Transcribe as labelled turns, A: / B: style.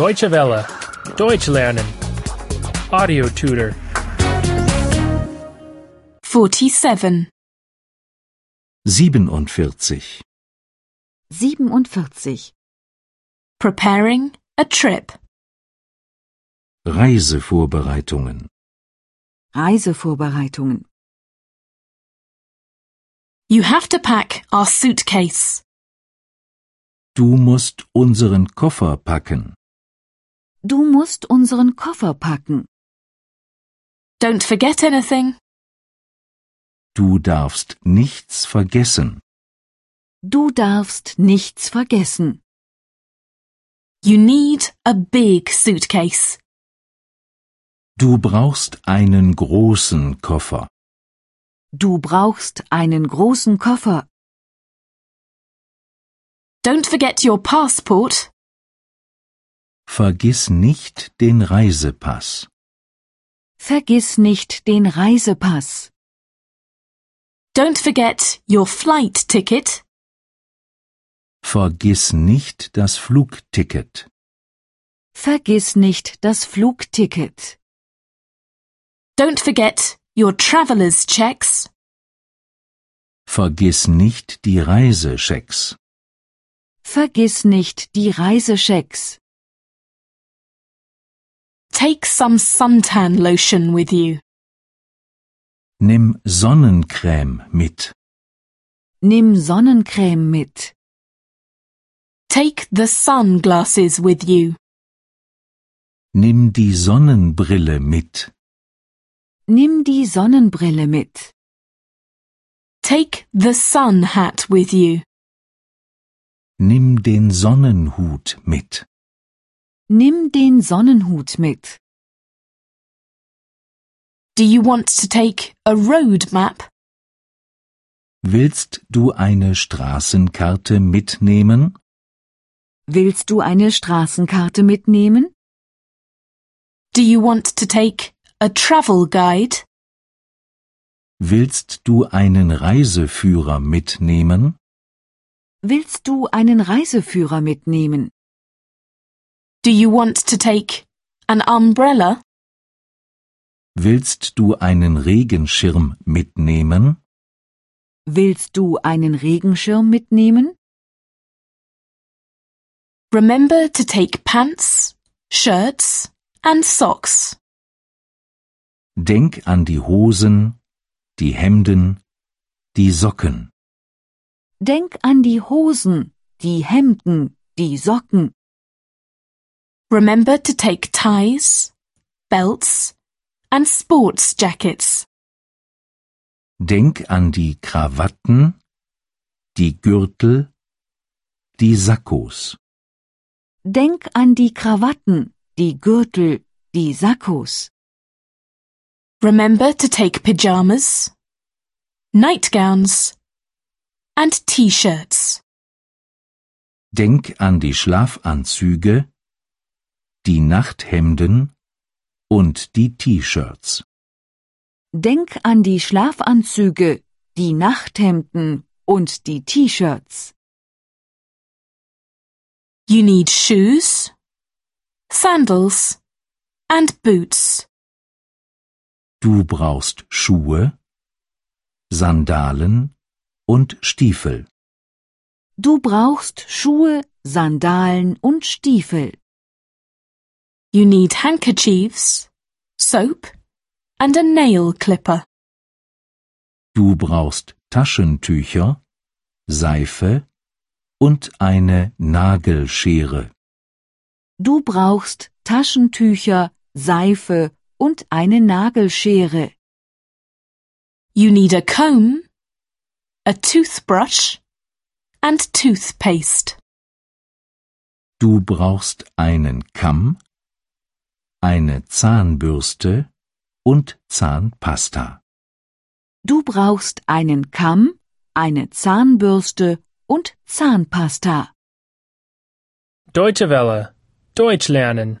A: Deutsche Welle. Deutsch lernen. Audio tutor.
B: 47.
C: 47.
D: 47.
B: Preparing a trip.
C: Reisevorbereitungen.
D: Reisevorbereitungen.
B: You have to pack our suitcase.
C: Du musst unseren Koffer packen.
D: Du musst unseren Koffer packen.
B: Don't forget anything.
C: Du darfst nichts vergessen.
D: Du darfst nichts vergessen.
B: You need a big suitcase.
C: Du brauchst einen großen Koffer.
D: Du brauchst einen großen Koffer.
B: Don't forget your passport.
C: Vergiss nicht den Reisepass.
D: Vergiss nicht den Reisepass.
B: Don't forget your flight ticket.
C: Vergiss nicht das Flugticket.
D: Vergiss nicht das Flugticket.
B: Don't forget your traveler's checks.
C: Vergiss nicht die Reisechecks.
D: Vergiss nicht die Reisechecks.
B: Take some suntan lotion with you.
C: Nimm Sonnencreme mit.
D: Nimm Sonnencreme mit.
B: Take the sunglasses with you.
C: Nimm die Sonnenbrille mit.
D: Nimm die Sonnenbrille mit.
B: Take the sun hat with you.
C: Nimm den Sonnenhut mit.
D: Nimm den Sonnenhut mit.
B: Do you want to take a road map?
C: Willst du eine Straßenkarte mitnehmen?
D: Willst du eine Straßenkarte mitnehmen?
B: Do you want to take a travel guide?
C: Willst du einen Reiseführer mitnehmen?
D: Willst du einen Reiseführer mitnehmen?
B: Do you want to take an umbrella?
C: Willst du einen Regenschirm mitnehmen?
D: Willst du einen Regenschirm mitnehmen?
B: Remember to take pants, shirts, and socks.
C: Denk an die Hosen, die Hemden, die Socken.
D: Denk an die Hosen, die Hemden, die Socken.
B: Remember to take ties, belts, and sports jackets.
C: Denk an die Krawatten, die Gürtel, die Sakkos.
D: Denk an die Krawatten, die Gürtel, die Sakkos.
B: Remember to take pajamas, nightgowns, and t-shirts.
C: Denk an die Schlafanzüge, die Nachthemden und die T-Shirts.
D: Denk an die Schlafanzüge, die Nachthemden und die T-Shirts.
B: You need shoes, sandals, and boots.
C: Du brauchst Schuhe, Sandalen und Stiefel.
D: Du brauchst Schuhe, Sandalen und Stiefel.
B: You need handkerchiefs, soap, and a nail clipper.
C: Du brauchst Taschentücher, Seife und eine Nagelschere.
D: Du brauchst Taschentücher, Seife und eine Nagelschere.
B: You need a comb, a toothbrush, and toothpaste.
C: Du brauchst einen Kamm, eine Zahnbürste und Zahnpasta.
D: Du brauchst einen Kamm, eine Zahnbürste und Zahnpasta.
A: Deutsche Welle. Deutsch lernen.